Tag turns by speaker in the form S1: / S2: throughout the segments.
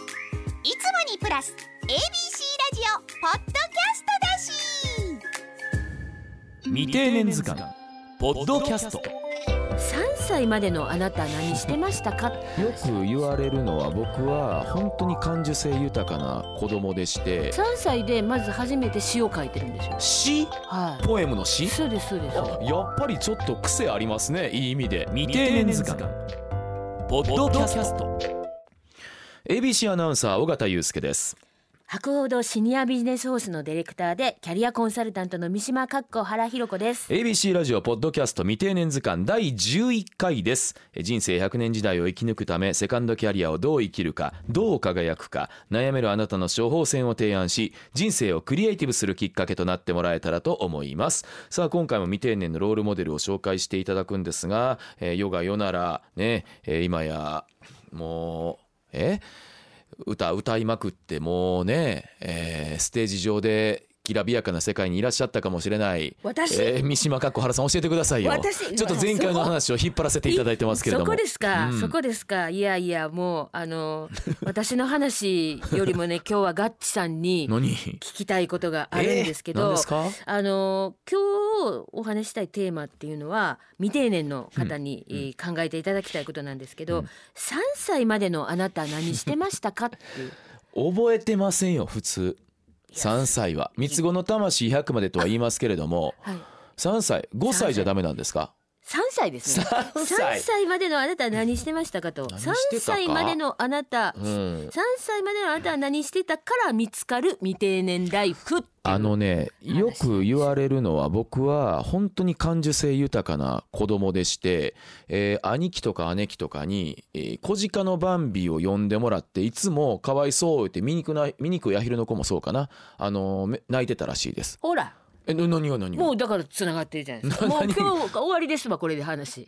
S1: いつもにプラス ABC ラジオポッドキャストだ
S2: 未定年図鑑ポッドキャスト
S3: 3歳までのあなた何してましたか
S4: よく言われるのは僕は本当に感受性豊かな子供でして
S3: 3歳でまず初めて詩を書いてるんでしょ
S4: 詩
S3: は
S4: ポエムの
S3: い
S4: 詩
S3: そうですそうです
S4: あやっぱりちょっと癖ありますねいい意味で
S2: 未定年図鑑ポッドキャスト
S4: ABC アナウンサー尾形祐介です
S3: 博報堂シニアビジネスホースのディレクターでキャリアコンサルタントの三島かっこ原弘子です
S4: ABC ラジオポッドキャスト未定年図鑑第11回ですえ人生100年時代を生き抜くためセカンドキャリアをどう生きるかどう輝くか悩めるあなたの処方箋を提案し人生をクリエイティブするきっかけとなってもらえたらと思いますさあ今回も未定年のロールモデルを紹介していただくんですが、えー、ヨガヨならね、えー今やもうえ歌歌いまくってもうね、えーステージ上できらびやかな世界にいらっしゃったかもしれない
S3: 私
S4: えー三島かっこ原さん教えてくださいよ
S3: 私
S4: ちょっと前回の話を引っ張らせていただいてますけれども
S3: そこですか、
S4: うん
S3: そこですかいやいやもうあの私の話よりも ね今日はガッチさんに
S4: 何
S3: 聞きたいことがあるんですけ
S4: えー
S3: ど、
S4: 何ですか
S3: あの今日お話ししたいテーマっていうのは未定年の方に、えー考えていただきたいことなんですけど、3歳までのあなた何してましたかっていう
S4: 覚えてませんよ普通
S3: いや
S4: 3歳は三つ子の魂100までと は言いますけれども
S3: はい、
S4: 3歳5歳じゃダメなんですか
S3: 3歳ですね
S4: 3
S3: 3
S4: 歳
S3: 歳までのあなた何してましたかと
S4: 何
S3: 3
S4: してたか
S3: 歳までのあなた、
S4: う
S3: 3
S4: ん
S3: 歳までのあなたは何してたから見つかる未定年ライフっていう
S4: あのね
S3: 話
S4: よく言われるのは僕は本当に感受性豊かな子供でして、えー兄貴とか姉貴とかに、えー小鹿のバンビを呼んでもらっていつもかわいそうって醜な醜いアヒルの子もそうかな、あのーめ泣いてたらしいです。
S3: ほら
S4: えな何が何が
S3: もうだからつながってるじゃないですかもう今日終わりですわこれで話。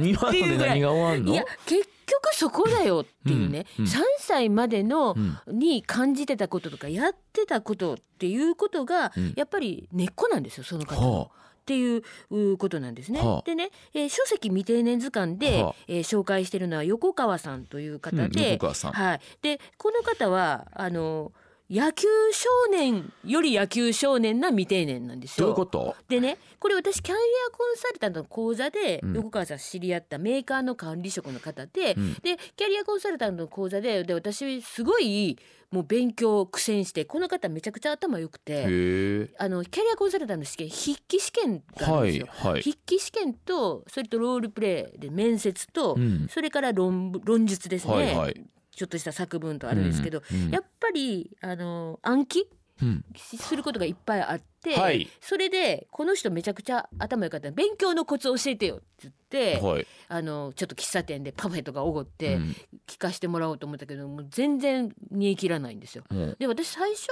S4: 今ので何が終わんの
S3: いや結局そこだよっていうね、
S4: うんうん
S3: 3歳までの
S4: うん
S3: に感じてたこととかやってたことっていうことが
S4: うん
S3: やっぱり根っこなんですよその方の
S4: はあ
S3: っていううことなんですね。
S4: はあ
S3: でね、えー書籍未定年図鑑で、
S4: はあ
S3: えー紹介してるのは横川さんという方
S4: うん
S3: で、
S4: 横川さん
S3: はい。でこの方はあの野球少年より野球少年な未定年なんですよ。
S4: どういうこと
S3: でねこれ私キャリアコンサルタントの講座で
S4: うん
S3: 横川さん知り合ったメーカーの管理職の方で、
S4: うん
S3: でキャリアコンサルタントの講座でで私すごいもう勉強苦戦してこの方めちゃくちゃ頭良くて
S4: へえ
S3: あのキャリアコンサルタントの試験筆記試験があるん
S4: は
S3: です
S4: い
S3: よ。
S4: はい。
S3: 筆記試験とそれとロールプレイで面接と、
S4: うん
S3: それから論文論述ですね、
S4: はいはい。
S3: ちょっとした作文とあるんですけど、
S4: うん
S3: やっぱりあの暗記
S4: うん
S3: することがいっぱいあって、
S4: はい
S3: それでこの人めちゃくちゃ頭良かった勉強のコツを教えてよって言って、
S4: はい。
S3: あのちょっと喫茶店でパフェとかおごっ
S4: う
S3: て
S4: ん
S3: 聞かしてもらおうと思ったけど、もう全然煮え切らないんですよ。
S4: うん
S3: で私最初、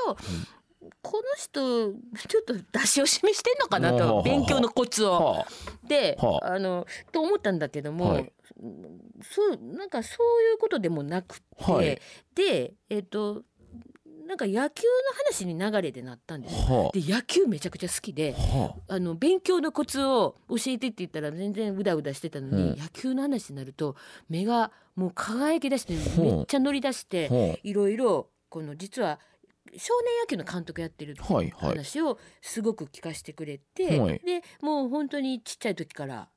S3: この人ちょっと出し惜しみしてんのかな
S4: はあはあは
S3: と
S4: あ
S3: 勉強のコツを。
S4: はあ
S3: で、
S4: は
S3: あ、のと思ったんだけども、
S4: はい
S3: そうなんかそういうことでもなくて、
S4: はい
S3: でえっ、となんか野球の話に流れでなったんですよ。
S4: は
S3: で野球めちゃくちゃ好きで
S4: あは
S3: あの勉強のコツを教えてって言ったら全然うだうだしてたのに、
S4: うん
S3: 野球の話になると目がもう輝き出して
S4: ほう
S3: めっちゃ乗り出して
S4: あはい
S3: ろいろこの実は少年野球の監督やってる
S4: あはいはい。
S3: 話をすごく聞かせてくれて、
S4: はい
S3: でもう本当にちっちゃい時から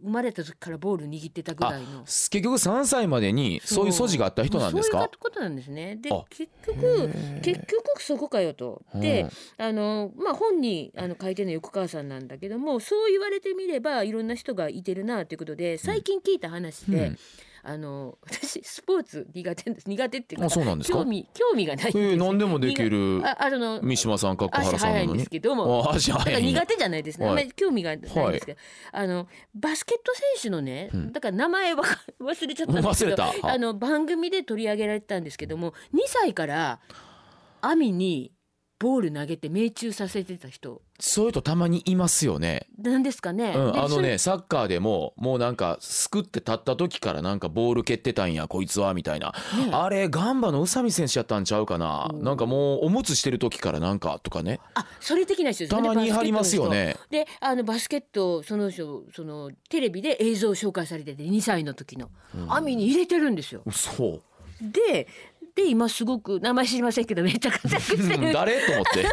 S3: 生まれた時からボール握ってたぐらいの
S4: 結局3歳までにそういう素地があった人なんです
S3: そうい
S4: か
S3: うことなんですねで
S4: あ
S3: 結局
S4: へー
S3: 結局そこかよと。で、
S4: うん
S3: あのまあ、本にあの書いてるのは横川さんなんだけどもそう言われてみればいろんな人がいてるなということで最近聞いた話で、
S4: うん
S3: あの私スポーツ苦手です苦手っていう
S4: あ
S3: か
S4: そうなんですか
S3: 興味興味がないん
S4: え
S3: です
S4: ー、何でもできる
S3: ああの
S4: 三島さんかっこ
S3: 足
S4: 原さん
S3: 速
S4: ない
S3: ん
S4: の
S3: で
S4: に
S3: すけども
S4: あ足
S3: だか
S4: 早
S3: ら
S4: いんや
S3: 苦手じゃないですね、
S4: はい
S3: あんまり興味がないんですけど、あのバスケット選手のね、
S4: うん
S3: だから名前は 忘れちゃったんですけど
S4: 忘れたはい
S3: あの番組で取り上げられてたんですけども2歳から網にボール投げて命中させてた人
S4: そういう人たまにいますよね、
S3: なんですかね。
S4: うん、
S3: で
S4: あの
S3: それ
S4: ねサッカーでももうなんかすくって立った時からなんかボール蹴ってたんやこいつはみたいな、
S3: ね
S4: あれガンバの宇佐美選手やったんちゃうかな、
S3: うん
S4: なんかもうおむつしてる時からなんかとかね
S3: あそれ的な人です
S4: た
S3: よね
S4: まに
S3: バスケット
S4: あり
S3: の
S4: ま
S3: 人
S4: すよね
S3: であのバスケットその人そのテレビで映像紹介されてて2歳の時の、網に入れてるんですよ。
S4: そう
S3: でで今すごく名前知りませんけどめっちゃ活躍して
S4: うん
S3: る
S4: 誰と 思って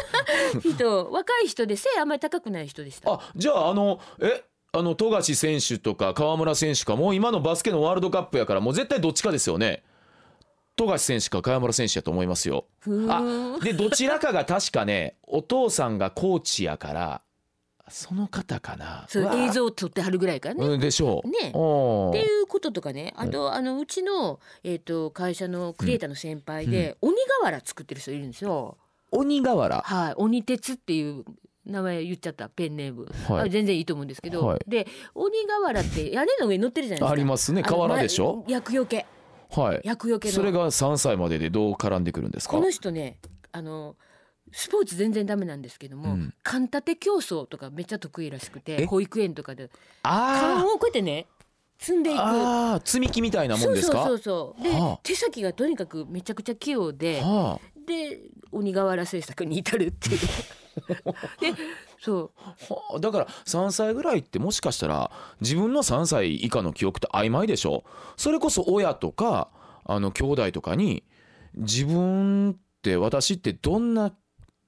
S3: 人若い人で背あんまり高くない人でした。
S4: あじゃああのえあの富樫選手とか河村選手かもう今のバスケのワールドカップやからもう絶対どっちかですよね富樫選手か河村選手やと思いますよ
S3: ふー
S4: あ
S3: ん
S4: でどちらかが確かねお父さんがコーチやからその方かな
S3: そう
S4: わ
S3: 映像を撮ってはるぐらいからね。っ
S4: うんでしょう
S3: ね
S4: おー
S3: ていうこととかねあとあのうちの、えー、と会社のクリエイターの先輩で、鬼瓦作ってる人いるんですよ。
S4: 鬼瓦
S3: はい、鬼鉄っていう名前言っちゃったペンネーム、
S4: はい
S3: あ全然いいと思うんですけど、
S4: はい
S3: で鬼瓦って屋根の上に乗ってるじゃないですか。
S4: ありますね
S3: あの
S4: 瓦でしょ
S3: ま厄除け
S4: はい
S3: 厄除けの
S4: それが3歳まででどう絡んでくるんですか
S3: この人ねあのスポーツ全然ダメなんですけども、
S4: うん
S3: 缶立て競争とかめっちゃ得意らしくて
S4: え
S3: 保育園とかで缶
S4: あ
S3: をこうやってね積んで
S4: ー
S3: いく
S4: あー積み木みたいなも
S3: そ
S4: ん
S3: う
S4: ですか
S3: そうそうそうで、
S4: はあ
S3: 手先がとにかくめちゃくちゃ器用で、
S4: は
S3: で鬼瓦制作に至るってい うでそう
S4: あはあだから3歳ぐらいってもしかしたら自分の3歳以下の記憶って曖昧でしょそれこそ親とかあの兄弟とかに自分って私ってどんな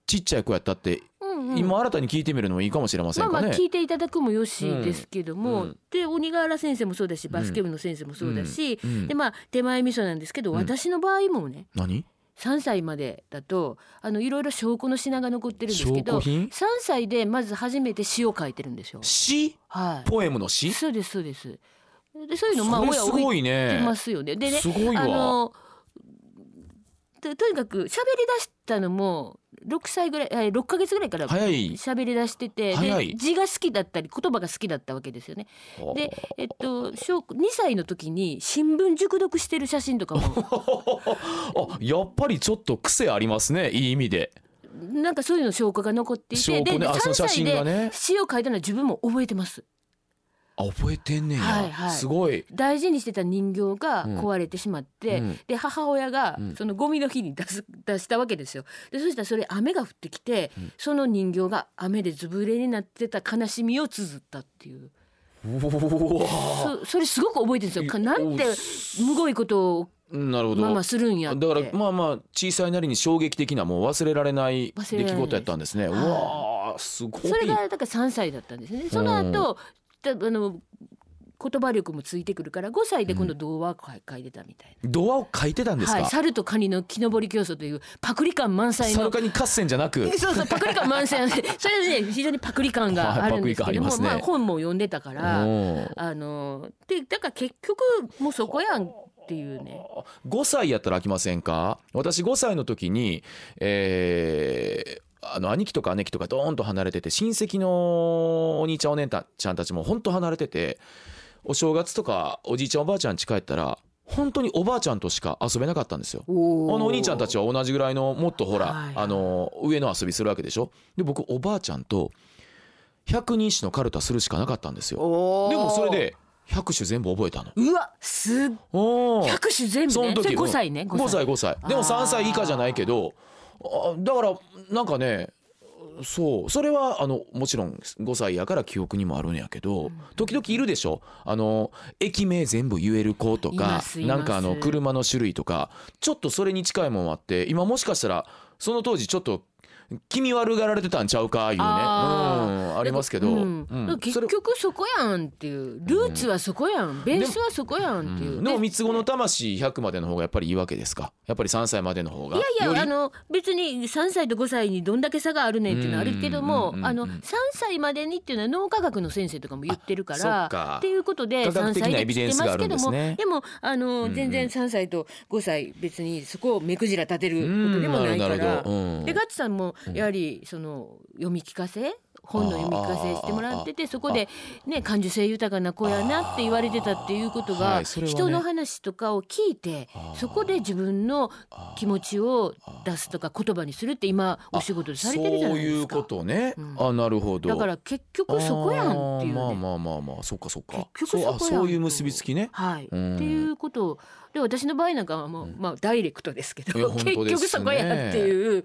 S4: ちっちゃい子やったって、
S3: うんうん
S4: 今新たに聞いてみるのもいいかもしれませ
S3: ま
S4: ん
S3: あま
S4: か
S3: あ
S4: ね。
S3: 聞いていただくもよしですけども、
S4: うんうん
S3: で鬼瓦先生もそうだしバスケ部の先生もそうだし、
S4: うん
S3: でまあ手前味噌なんですけど、
S4: うん
S3: 私の場合もね
S4: 何
S3: 3歳までだとあのいろいろ証拠の品が残ってるんです
S4: 証
S3: けど
S4: 拠品
S3: 3歳でまず初めて詩を書いてるんですよ。
S4: 詩
S3: は
S4: ポエムの詩
S3: い、
S4: そ
S3: そうですそうですでそういうのまあ
S4: れ
S3: 親
S4: す
S3: 置
S4: ご
S3: い
S4: い
S3: て
S4: ね。
S3: ますよね。でね
S4: すごい
S3: あ
S4: わ。
S3: のととにかく喋り出したのも6歳ぐらいえ6ヶ月ぐらいから
S4: 早い。
S3: 喋り出してて、
S4: 早い
S3: で字が好きだったり言葉が好きだったわけですよね。で、えっと小2歳の時に新聞熟読してる写真とかも
S4: あやっぱりちょっと癖ありますねいい意味で。
S3: なんかそういうの証拠が残ってい
S4: 証
S3: て、で
S4: 拠ねあそ
S3: 3
S4: の写
S3: 歳
S4: 真が
S3: で
S4: ね。
S3: 詩を書いたのは自分も覚えてます。
S4: あ覚えてんねんや、
S3: はいはい
S4: すごい。
S3: 大事にしてた人形が
S4: うん
S3: 壊れてしまって、
S4: うん
S3: で母親が
S4: うん
S3: そのゴミの日に出す出したわけですよ。でそしたらそれ雨が降ってきて、
S4: ん
S3: その人形が雨でずぶれになってた悲しみを綴ったっていう。
S4: うわ
S3: そそれすごく覚えてるんですよか。なんて
S4: お
S3: むごいことを
S4: なるほど。
S3: ママするんやって。
S4: だからまあまあ小さいなりに衝撃的なもう忘れられない
S3: 忘
S4: 出
S3: れられ
S4: 来
S3: ない
S4: 事やったんですね。う
S3: はい
S4: わあすごい。
S3: それがだから3歳だったんですね。その後、たあの言葉力もついてくるから5歳で今度童話を書いてたみたい
S4: ドアを書いてたん
S3: な。
S4: ですか。
S3: はい、猿とカニの木登り競争というパクリ感満載
S4: サル
S3: の。
S4: カニ合戦じゃなく。
S3: そうそうパクリ感満載 それでね非常にパクリ感があるんですけども、
S4: はいパクリ感ありますね
S3: まあ本も読んでたから、
S4: うん
S3: あのでだから結局もうそこやんっていうね
S4: 5歳やったら飽きませんか私5歳の時に、えーあの兄貴とか姉貴とかドーンと離れてて親戚のお兄ちゃんお姉ちゃんたちもほんと離れててお正月とかおじいちゃんおばあちゃん家帰ったら本当におばあちゃんとしか遊べなかったんですよ。
S3: お
S4: あのお兄ちゃんたち
S3: は
S4: は同じぐらいのもっとほら、
S3: はい
S4: あの上の遊びするわけでしょで僕おばあちゃんと百人一首のかるたするしかなかったんですよでもそれで百首全部覚えたの
S3: うわすっ
S4: おー
S3: 100種全部
S4: その
S3: ねそ
S4: 時
S3: れ5歳ね
S4: 5歳5歳でも
S3: あー
S4: 3歳以下じゃないけどあだからなんかねそうそれはあのもちろん5歳やから記憶にもあるんやけど、時々いるでしょあの駅名全部言える子と
S3: い
S4: か
S3: ますいま
S4: な
S3: す
S4: んかあの車の種類とかちょっとそれに近いもんあって今もしかしたらその当時ちょっと気味悪がられてたんちゃうかいうね
S3: あ
S4: あ,、うん、ありますけど、
S3: うん
S4: うん
S3: だから
S4: そ
S3: 結
S4: れ
S3: 局そこやんっていうルーツはそこやん、ベースはそこやんっていう、
S4: うんでも三つ子の魂100までの方がやっぱりいいわけですかやっぱり3歳までの方が
S3: いや
S4: よ
S3: い
S4: り
S3: やあの別に3歳と5歳にどんだけ差があるねんっていうのはあるけども、
S4: うんうんうんうん
S3: あの3歳までにっていうのは脳科学の先生とかも言ってるか
S4: あそ
S3: ら
S4: っか
S3: っていうことで
S4: 科学
S3: 3
S4: 的な
S3: 歳
S4: エ
S3: で
S4: ビ
S3: 来
S4: デン
S3: て
S4: ス
S3: ま
S4: があ
S3: す
S4: る
S3: け
S4: んで
S3: ど
S4: す
S3: もで,、
S4: ね
S3: もあの、
S4: うん
S3: 全然3歳と5歳別にそこを目くじら立てる
S4: う
S3: こと
S4: ん
S3: でもないか
S4: なる
S3: ら
S4: ほ。どうん
S3: でガッチさんもやはりその読み聞かせ本の読み聞かせしてもらっててそこでね感受性豊かな子やなって言われてたっていうこと
S4: あーは
S3: が
S4: いそれはね
S3: 人の話とかを聞いて
S4: あー
S3: そこで自分の
S4: あー
S3: 気持ちを出すとか言葉にするって今お仕事でされてるじゃないですか。
S4: そういうことね、
S3: うん
S4: あなるほど
S3: だから結局そこやんっていう
S4: あー
S3: ね。
S4: まあまあまあまあそっかそっか
S3: 結局そこやんと
S4: そうあそういう結びつきね
S3: はい、って
S4: うん
S3: いうことをで私の場合なんかはもう、まあダイレクトですけ
S4: いや
S3: ど
S4: 本当
S3: 結
S4: ですね
S3: 局そこやっていう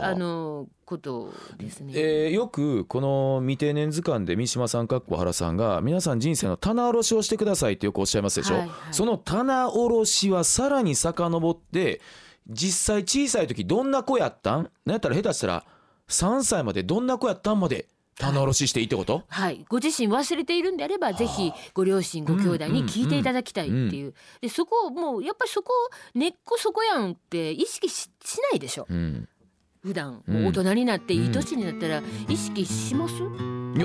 S4: あー
S3: あのことですね。
S4: えーよくこの未定年図鑑で三島さんかっこ原さんが皆さん人生の棚卸しをしてくださいってよくおっしゃいますでしょ、
S3: はいはい
S4: その棚卸しはさらに遡って実際小さい時どんな子やったんなんやったら下手したら3歳までどんな子やったんまで棚卸ししていいってこと、
S3: はい、ご自身忘れているんであれば、ぜひご両親ご兄弟に聞いていただきたいっていう、でそこをもうやっぱりそこ根っこそこやんって意識ししないでしょ
S4: うん
S3: 普段、
S4: うん
S3: 大人になって
S4: うん
S3: いい年になったら意識します、
S4: いや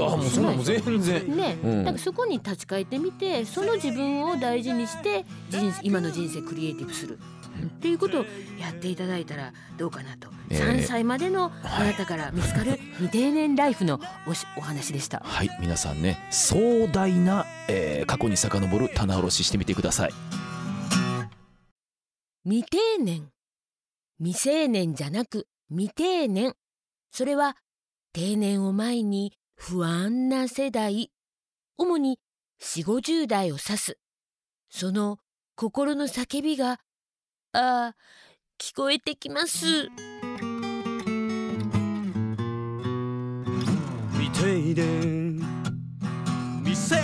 S4: もうそんなもん全然
S3: ね、
S4: うん
S3: だからそこに立ち返ってみてその自分を大事にして人生今の人生クリエイティブする、っていうことをやっていただいたらどうかなと、
S4: ええ
S3: 3歳までのあなたから見つかる未定年ライフのおしお話でした。
S4: はい皆さんね壮大な、えー過去に遡る棚卸ししてみてください
S3: 未定年未成年じゃなく未定年それは定年を前に不安な世代主に4 5 0代を指すその心の叫びがああ聞こえてきます
S2: 未定年未成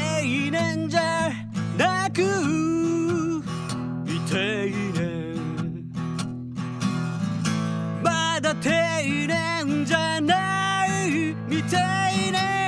S2: 年じゃなく未定年まだ定年じゃない未定年